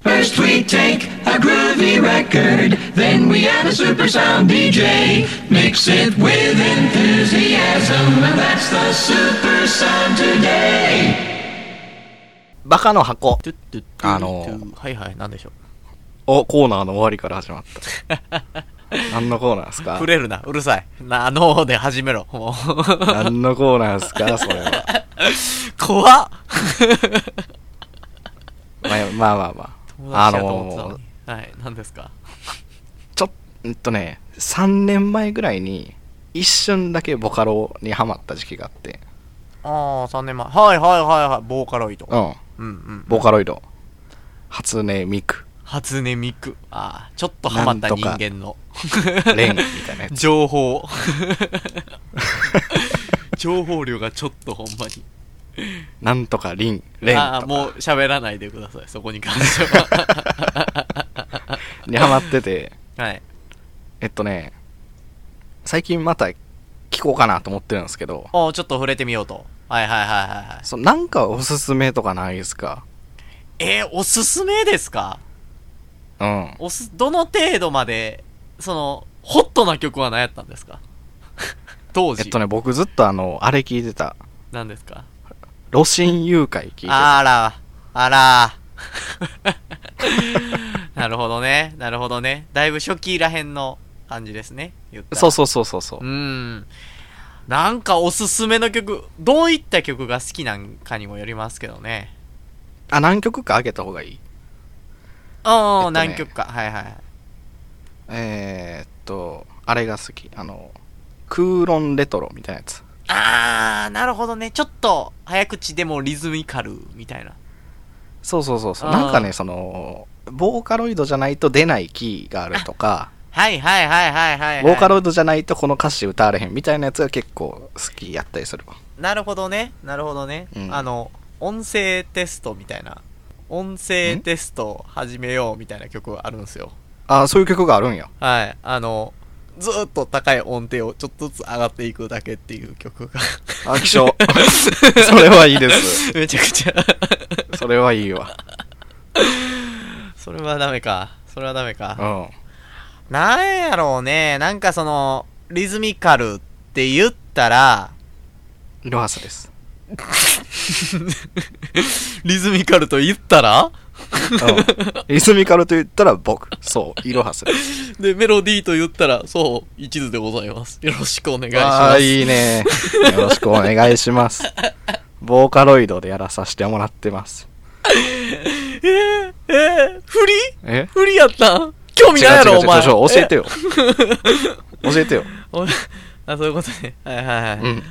First we take a groovy record, then we add a super sound DJ. Mix it with enthusiasm, and that's the super sound today. バカの箱トゥットゥットゥあのーはいはい、なんでしょおコーナーの終わりから始ま った。何のコーナーですう。か触れるな、うるさい。な、あのーで始めろ。もう。 何のコーナーですかそれは。怖っまあまあまあま友あ。あ達やと思ってたののに。はい、何ですかちょっうんとね、3年前ぐらいに、一瞬だけボカロにハマった時期があって、ああ、3年前。はいはいはいはい、ボーカロイド。うん、うんうん。ボカロイド、初音ミ ク、初音ミク。ああ、ちょっとハマった人間のレンみたいなやつ。情報。 情報量がちょっとほんまに。なんとかリン、レンとああ、かもう喋らないでください、そこに関して は。にハマってて、はい。えっとね、最近また聞こうかなと思ってるんですけど、おーちょっと触れてみようと。はいはいはいはいはい。そなんかおすすめとかないですかえーおすすめですかうん。おす、どの程度まで、その、ホットな曲は何やったんですか 当え時。っとね、僕ずっとあの、あれ聞いてた。何ですか露心誘拐聞いてた。あら、あら。 なるほどね、なるほどね。だいぶ初期らへんの感じですね。言ったらそうそうそうそうそうう。ん。なんかおすすめの曲、どういった曲が好きなんかにもよりますけどね。あ、何曲かあげた方がいいああ、えっとね何曲か。はいはい。えー、っと、あれが好き。あの、空論レトロみたいなやつ。あー、なるほどね。ちょっと、早口でもリズミカル、みたいな。そうそうそうそう。あーなんかね、その、ボーカロイドじゃないと出ないキーがあるとか、はいはいはいはいはい、はい。ボーカロイドじゃないとこの歌詞歌われへんみたいなやつが結構好きやったりするわ。なるほどね。なるほどね。うんあの、音声テストみたいな。音声テスト始めようみたいな曲あるんですよ。あ、そういう曲があるんや。はい。あの、ずーっと高い音程をちょっとずつ上がっていくだけっていう曲が。あ、気象。 それはいいです。 めちゃくちゃ。それはいいわ。それはダメか。それはダメか。うん。なんやろうね。なんかその、リズミカルって言ったら、いろはすです。リズミカルと言ったうらん。リズミカルと言ったら僕。そう、いろはすです。で、メロディーと言ったら、そう、一途でございます。よろしくお願いしあまあす。ー、いいね。よろしくお願いします。ボーカロイドでやらさせてもらってます。えー、えー、振りえ振りやったん興味ないやろ、違う違う違うお前。ちょ教えてよ。教えてよ。お。あ、そういうことね。はいはいはい。うん。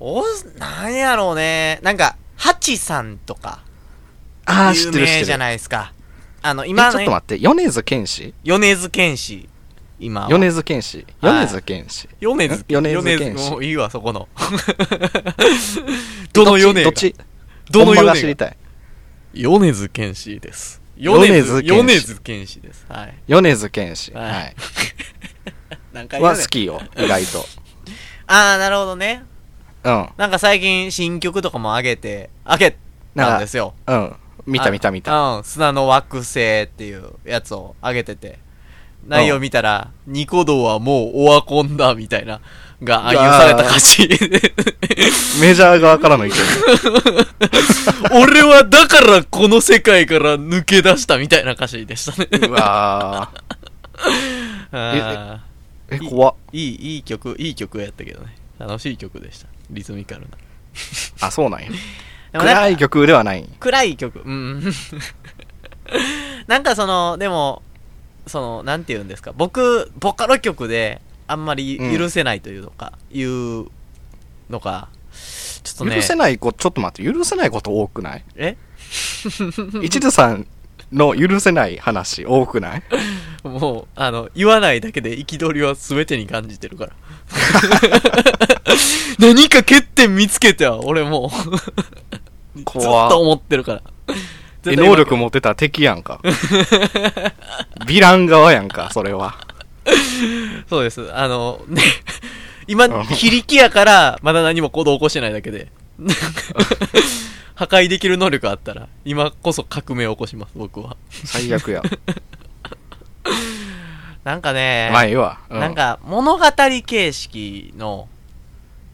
お、なんやろうね。なんか、ハチさんとか、ああ、知有ってる知っ名じてゃる。ないですか。あの、え今ちょっとね、待って、米津玄師米津玄師。今は。米津玄師は米い津玄師米津ん。米津玄も師ういいわ、そ この。どの米どっちどのほんま米が知りがたい。米津玄師です。米米津津、玄師米津玄師です。はい。米津玄師はいはい。何回は好きよ、意外と。ああ、なるほどね。うん。なんか最近新曲とかも上げて、上げたんですよ。うん。見た見た見た。た。うん、砂の惑星っていうやつを上げてて。内容見たら、ニコ動はもうオワコンだ、みたいな、が暗喩された歌詞。 メジャー側からの意見。 俺はだからこの世界から抜け出したみたいな歌詞でしたね。うわーあえ、怖っ。ーいい、いい曲、いい曲やったけどね。楽しい曲でした。リズミカルな。あ、そうなんや。でもなんか暗い曲ではない。暗い曲。うん。 なんかその、でも、その、なんて言うんですか。僕、ボカロ曲で、あんまりうん許せないというのか、いうのか、ちょっとね。許せないないこと、ちょっと待って、許せないこと多くないえ一途さんの許せない話多くないもう、あの、言わないだけで憤りは全てに感じて るから。何か欠点見つけては、俺もう、 ずっ怖っと思ってるから。え能力も。持ってたら敵やん か。ヴィラン側やんか、それは。そうです。あの、ね、 今うん、非力やから、まだ何も行動を起こしてないだけで。破壊できる能力あったら、今こそ革命を起こします、僕は。最悪や。なんかね、まあいいわ。うなん、か物語形式の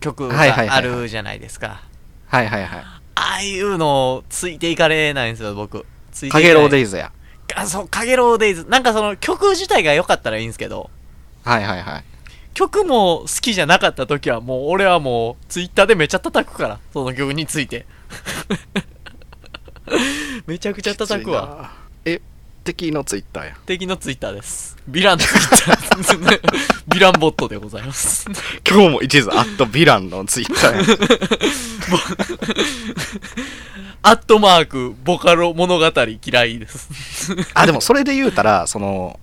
曲はいはいはいがはあいるじゃないですか。はいはいはい。ああいうのをついていかれないんですよ、僕。ついてかいけげろうデイイズや。ズ。あ、そう、かげろうデイズ。なんかその曲自体が良かったらいいんですけど、はいはいはい。曲も好きじゃなかった時はもう俺はもうツイッターでめっちゃ叩くから、その曲について。 めちゃくちゃ叩くわ。きついな。え、敵のツイッターや。敵のツイッターです。ヴィランのツイッターです。 ヴィランボットでございます。 今日も一途、アットヴィランのツイッターや。アットマーク、ボカロ物語嫌いです。あ、でもそれで言うたら、その、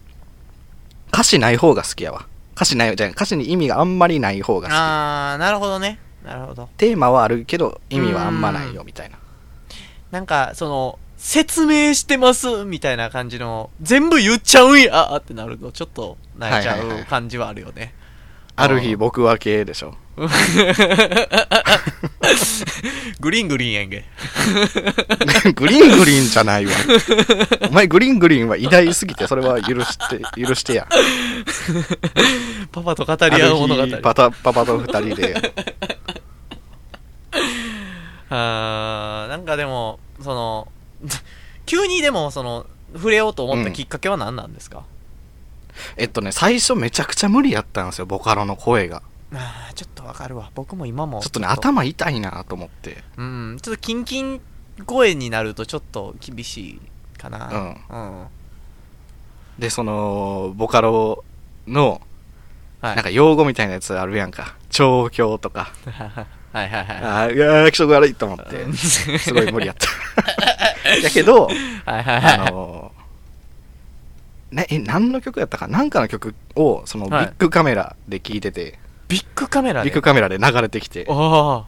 歌詞ない方が好きやわ。歌詞ない、じゃあ歌詞に意味があんまりない方が好き。 あー、なるほどね。なるほど。テーマはあるけど、意味はあんまないよ、みたいな。なんか、その、説明してますみたいな感じの、全部言っちゃうんやってなると、ちょっと泣いちゃはいはいはうい感じはあるよね。ある日僕は系でしょ。 グリーングリーンやんけ。グリーングリーンじゃないわ。 お前グリーングリーンは偉大すぎて、それは許して、許してや。 パパと語り合う物語。ある日パタパパと二人で。あーなんかでも、その、 急にでも、その、触れようと思ったきっかけは何なんですか、えっとね、最初めちゃくちゃ無理やったんですよ、ボカロの声が。あーちょっとわかるわ。僕も今も。ちょっとね、。頭痛いなと思って。うん。ちょっとキンキン声になるとちょっと厳しいかな。うん。で、その、ボカロの、はい。なんか用語みたいなやつあるやんか。調教とか。 はいはいはい。あーいやー、気色悪いと思 って。すごい無理やった。だけど、はいはいあはい。のーね、え、何の曲やったかなんかの曲を、その、ビはいッグカメラで聴いてて、ビッグカメラで。ビッグカメラで流れてきて、あ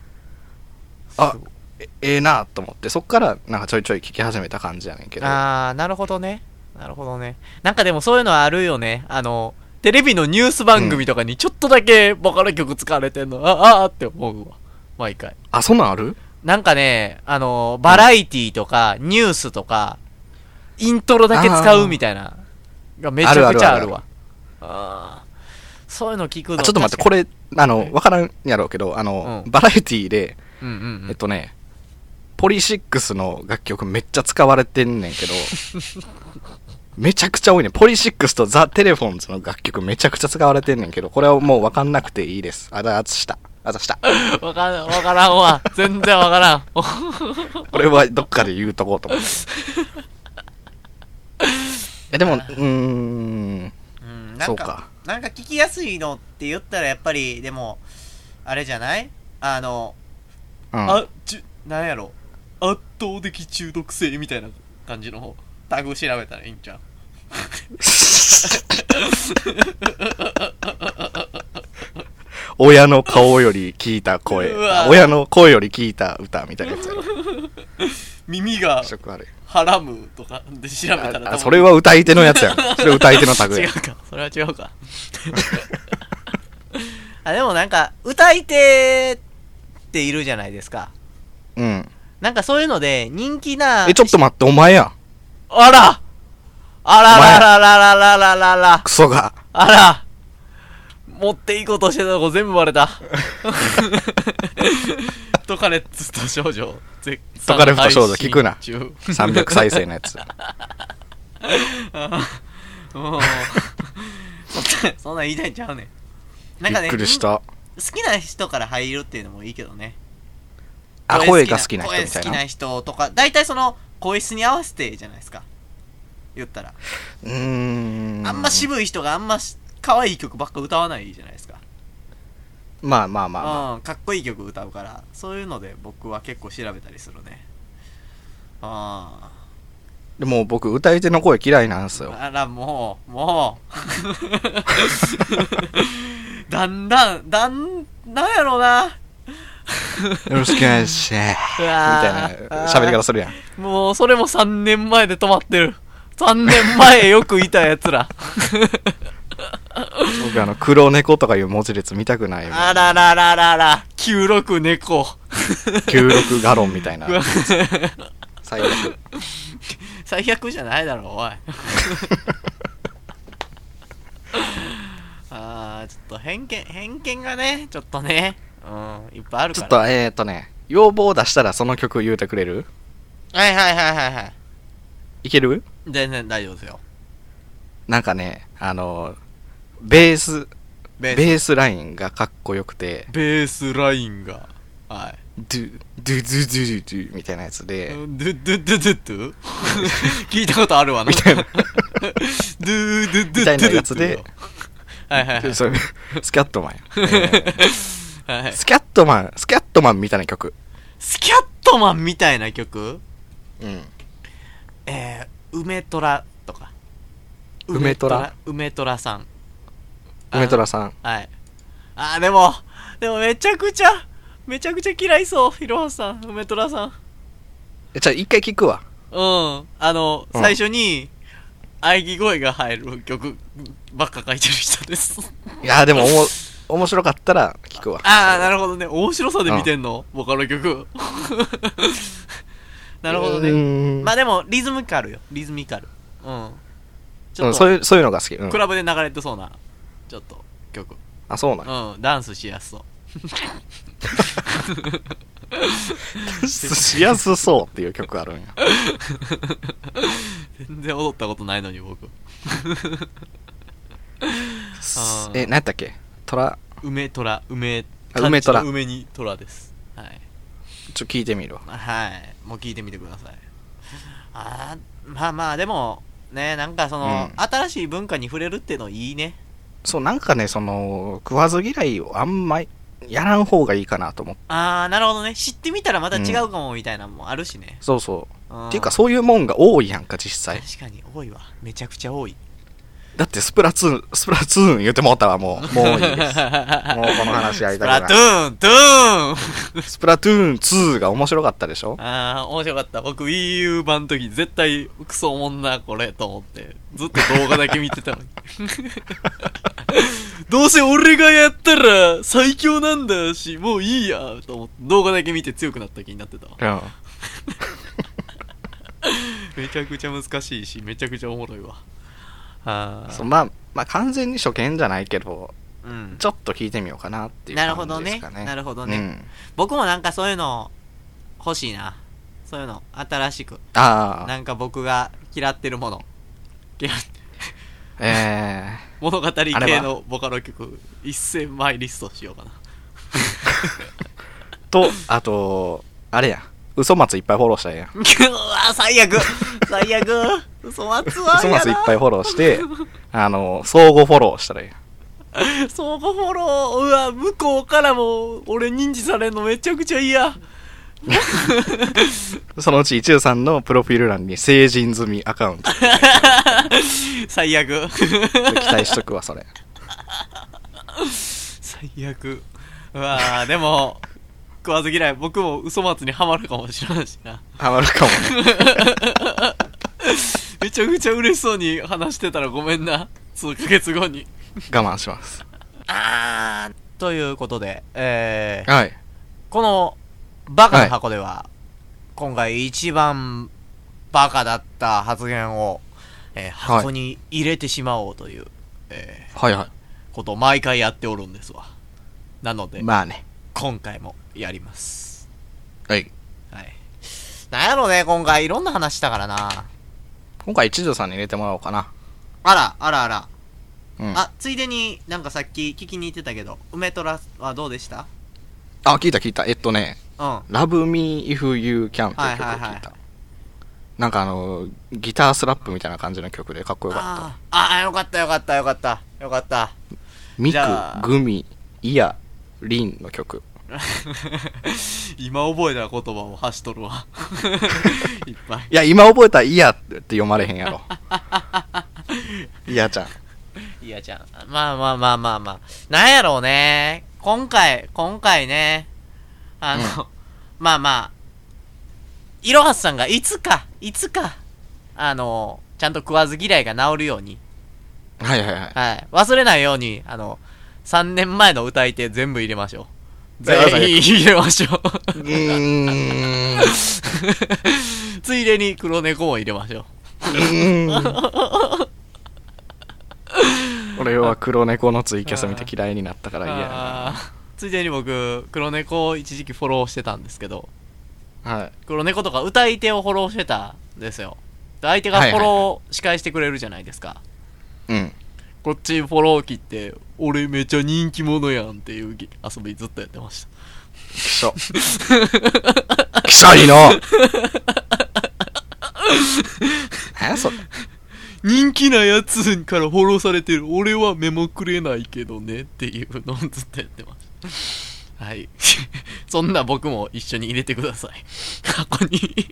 あ。あ、えええなと思って、そっから、なんかちょいちょい聴き始めた感じやねんけど。あー、なるほどね。なるほどね。なんかでもそういうのはあるよね。あの、テレビのニュース番組とかにちょっとだけボカロ曲使われてんの、あああって思うわ。毎回。あ、そんなんあるなんかね、あの、バラエティとか、ニュースとか、イントロだけ使うみたいな、がめちゃあくるちあるゃああるるわ。ああそういうの聞くのあちょっと待って、確これ、あの、わからんやろうけど、あの、うんバラエティで、かにうんうんうんえっとね、ポリシックスの楽曲めっちゃ使われてんねん けど、めちゃくちゃ多いね。ポリシックスとザ・テレフォンズの楽曲めちゃくちゃ使われてんねんけど、これはもうわかんなくていいです。あざあざした。あざした。わからん、わからんわ。全然わからん。これはどっかで言うとこう と思って。え、でも、うーん、うん、そうか。なんか聞きやすいのって言ったらやっぱりでもあれじゃないあのうん。あ、ちゅ、なんやろ。圧倒的中毒性みたいな感じの方タグ調べたらいいんじゃん。親の顔より聞いた声うわ。親の声より聞いた歌みたいなやつやろ。耳が気色悪いはらむとかで調べたら多分ああそれは歌い手のやつやん。それ歌い手のタグ 違やう。か。それは違うか。 あ、でもなんか、歌い手っているじゃないですか。うん。なんかそういうので、人気な。え、ちょっと待って、お前やん。あらあららららららららら。クソが。あら持っていこうとしてたとこ全部バレた。トカレッツと少女。絶 賛トカレフと少女聞くな 配信中300再生のやつ。もうそん なそんなん言いたいんちゃうねん。びなんかね、っくりし好た。きな人から入るっていうのもいいけどねあ、声が好きな人み声たい好きなな。人とか大体その声質に合わせてじゃないですか言ったらうーん。あんま渋い人があんまし可愛い曲ばっか歌わないじゃないですか、まあまあまあまあ。うん、かっこいい曲歌うからそういうので僕は結構調べたりするねあでも僕、歌い手の声嫌いなんですあ よ。あらもう もうだんだんだんなんやろうなよろしくお願いします。うみたわーいな喋り方するやん。もうそれも3年前で止まってる。3年前よくいた奴ら。僕あの、黒猫とかいう文字列見たく ない。あららららら、96猫。 96ガロンみたいなう。わ最悪。 最悪じゃないだろ、おい。 あー、ちょっと偏見、偏見がね、ちょっとね、うん、いっぱいあるちかょら。っと、えーっとね、要望出したらその曲言うてくれるはいはいはいはいはい。いける全然大丈夫ですよ。なんかね、あの、ベース、ベベース。ースラインがかっこよくて、ベースラインが。はい。ドゥ、ドゥドゥドゥドゥドゥみたいなやつドで、ゥドゥドゥドゥドゥ 聞いたことあるわな。みたいな。 ドゥドゥドゥドゥドゥみたいなやつで。はいはいはい。それスキャットマンや。えーはいスキャットマン、スキャットマンみたいな曲。スキャットマンみたいな曲うん。えー、梅虎とか。梅虎梅虎さん。梅虎さん。あはい。あー、でも、でもめちゃくちゃ、めちゃくちゃ嫌いそう。ひろはさん、梅虎さん。え、じゃあ一回聞くわ。うん。あの、うん最初に、喘ぎ声が入る曲ばっか書いてる人です。いやーでもおも、面白かったら聞くわ。 ああ、なるほどね。面白さで見てんの、ボカロ曲。 なるほどね。ねまあでも、リズミカルよ。リズミカル。うん。ちうょん、っそうと、いう、そういうのが好き。うんク。ラブで流れてそうな、ちょっと、曲。あ、そうなんや。うん、ダンスしやすそう。しやすそうっていう曲あるんや。全然踊ったことないのに、僕。ーえ、何やったっけトラ、梅虎、梅、あ梅虎漢字の梅に虎です。はい。ちょ、聞いてみるわ。はい。もう聞いてみてください。あーまあまあ、でも、ね、なんかその、うん新しい文化に触れるってのいいね。そう、なんかね、その、食わず嫌いをあんまりやらん方がいいかなと思って。あー、なるほどね。知ってみたらまた違うかも、みたいなのもあるしね。そうそう。んっていうか、そういうもんが多いやんか、実際。確かに多いわ。めちゃくちゃ多い。だって、スプラトゥーン、スプラトゥーン言ってもうたわ、もう。 もういいです。もうこの話やりスプたラくトない。ゥーン、トゥーンスプラトゥーン2が面白かったでしょあー、面白かった。僕 Wii U 版の時絶対クソおもんな、これ、と思って。ずっと動画だけ見てたのに。 どうせ俺がやったら最強なんだし、もういいや、と思って。動画だけ見て強くなった気になってたわ。うん。めちゃくちゃ難しいし、めちゃくちゃおもろいわ。あそうー。まあ、まあ、完全に初見じゃないけど、うん。ちょっと聞いてみようかなっていうなるほど感じでねすかね。なるほどうね。ん、僕もなんかそういうの欲しいな。そういうの、新しく。ああ、なんか僕が嫌ってるもの。嫌っえ物語系あれのボカロ曲1000枚リストしようかな。ー、と、あと、あれや、嘘松いっぱいフォローしたらええやん。うわ、最悪最悪嘘松は嘘松いっぱいい。フォロー して、あの、相互フォローしたらええやん。相互フォロー、うわ、向こうからも俺認知されんのめちゃくちゃ嫌。そのうち一応さんのプロフィール欄に成人済みアカウントで最悪期待しとくわ、それ。最悪。うわ、でも、食わず嫌い、僕も嘘松にはまるかもしれないしな。 ハマるかも ね。めちゃくちゃ嬉しそうに話してたらごめんな。数ヶ月後に。我慢します。あー、ということで、えー、はい。このバカの箱では、今回一番バカだった発言を、えはいー箱に入れてしまおうという、えはいはーことを毎回やっておるんですわ。なので、まあね。今回もやります。はい。はい。なんやろね、今回いろんな話したからな。今回一条さんに入れてもらおうかな。あら、あらあら。うん。あ、あ、ついでになんかさっき聞きに行ってたけど、梅虎はどうでした聞いた聞いた。えっとね、うん。は Love Me If You Can っていう曲をはい聞はいいた。なんかあの、ギタースラップみたいな感じの曲でかっこよかった。あーあー、よかったよかったよかった。よかった。ミじクゃあ、グミ、イヤ、リンの曲。 今覚えた言葉を発しとるわ いっぱいいや、今覚えたらイヤって読まれへんや ろ。イヤちゃん。いやじゃんまあまあまあまあまあなんやろうね今回今回ねあの、まあまあいろはすさんがいつかいつかあのちゃんと食わず嫌いが治るようにはいはいはい。はい。忘れないように、あの、3年前の歌い手全部入れましょう。全はい員入れましょう。うーん。う ついでに黒猫も入れましょう。ーん。 俺は黒猫のツイキャス見て嫌いになったから嫌やあーついでに僕、黒猫を一時期フォローしてたんですけど、な。はい。黒猫とか歌い手をフォローしてたんですよ。で相手がはいフはォいはいロー仕返してくれるじゃないですか。うん。こっちフォロー切って、俺めちゃ人気者やんっていうぎ遊びずっとやってました。くそ。くそいの。何やそれ。人気なやつからフォローされてる俺は目もくれないけどねっていうのをずっとやってましたはい そんな僕も一緒に入れてください過去に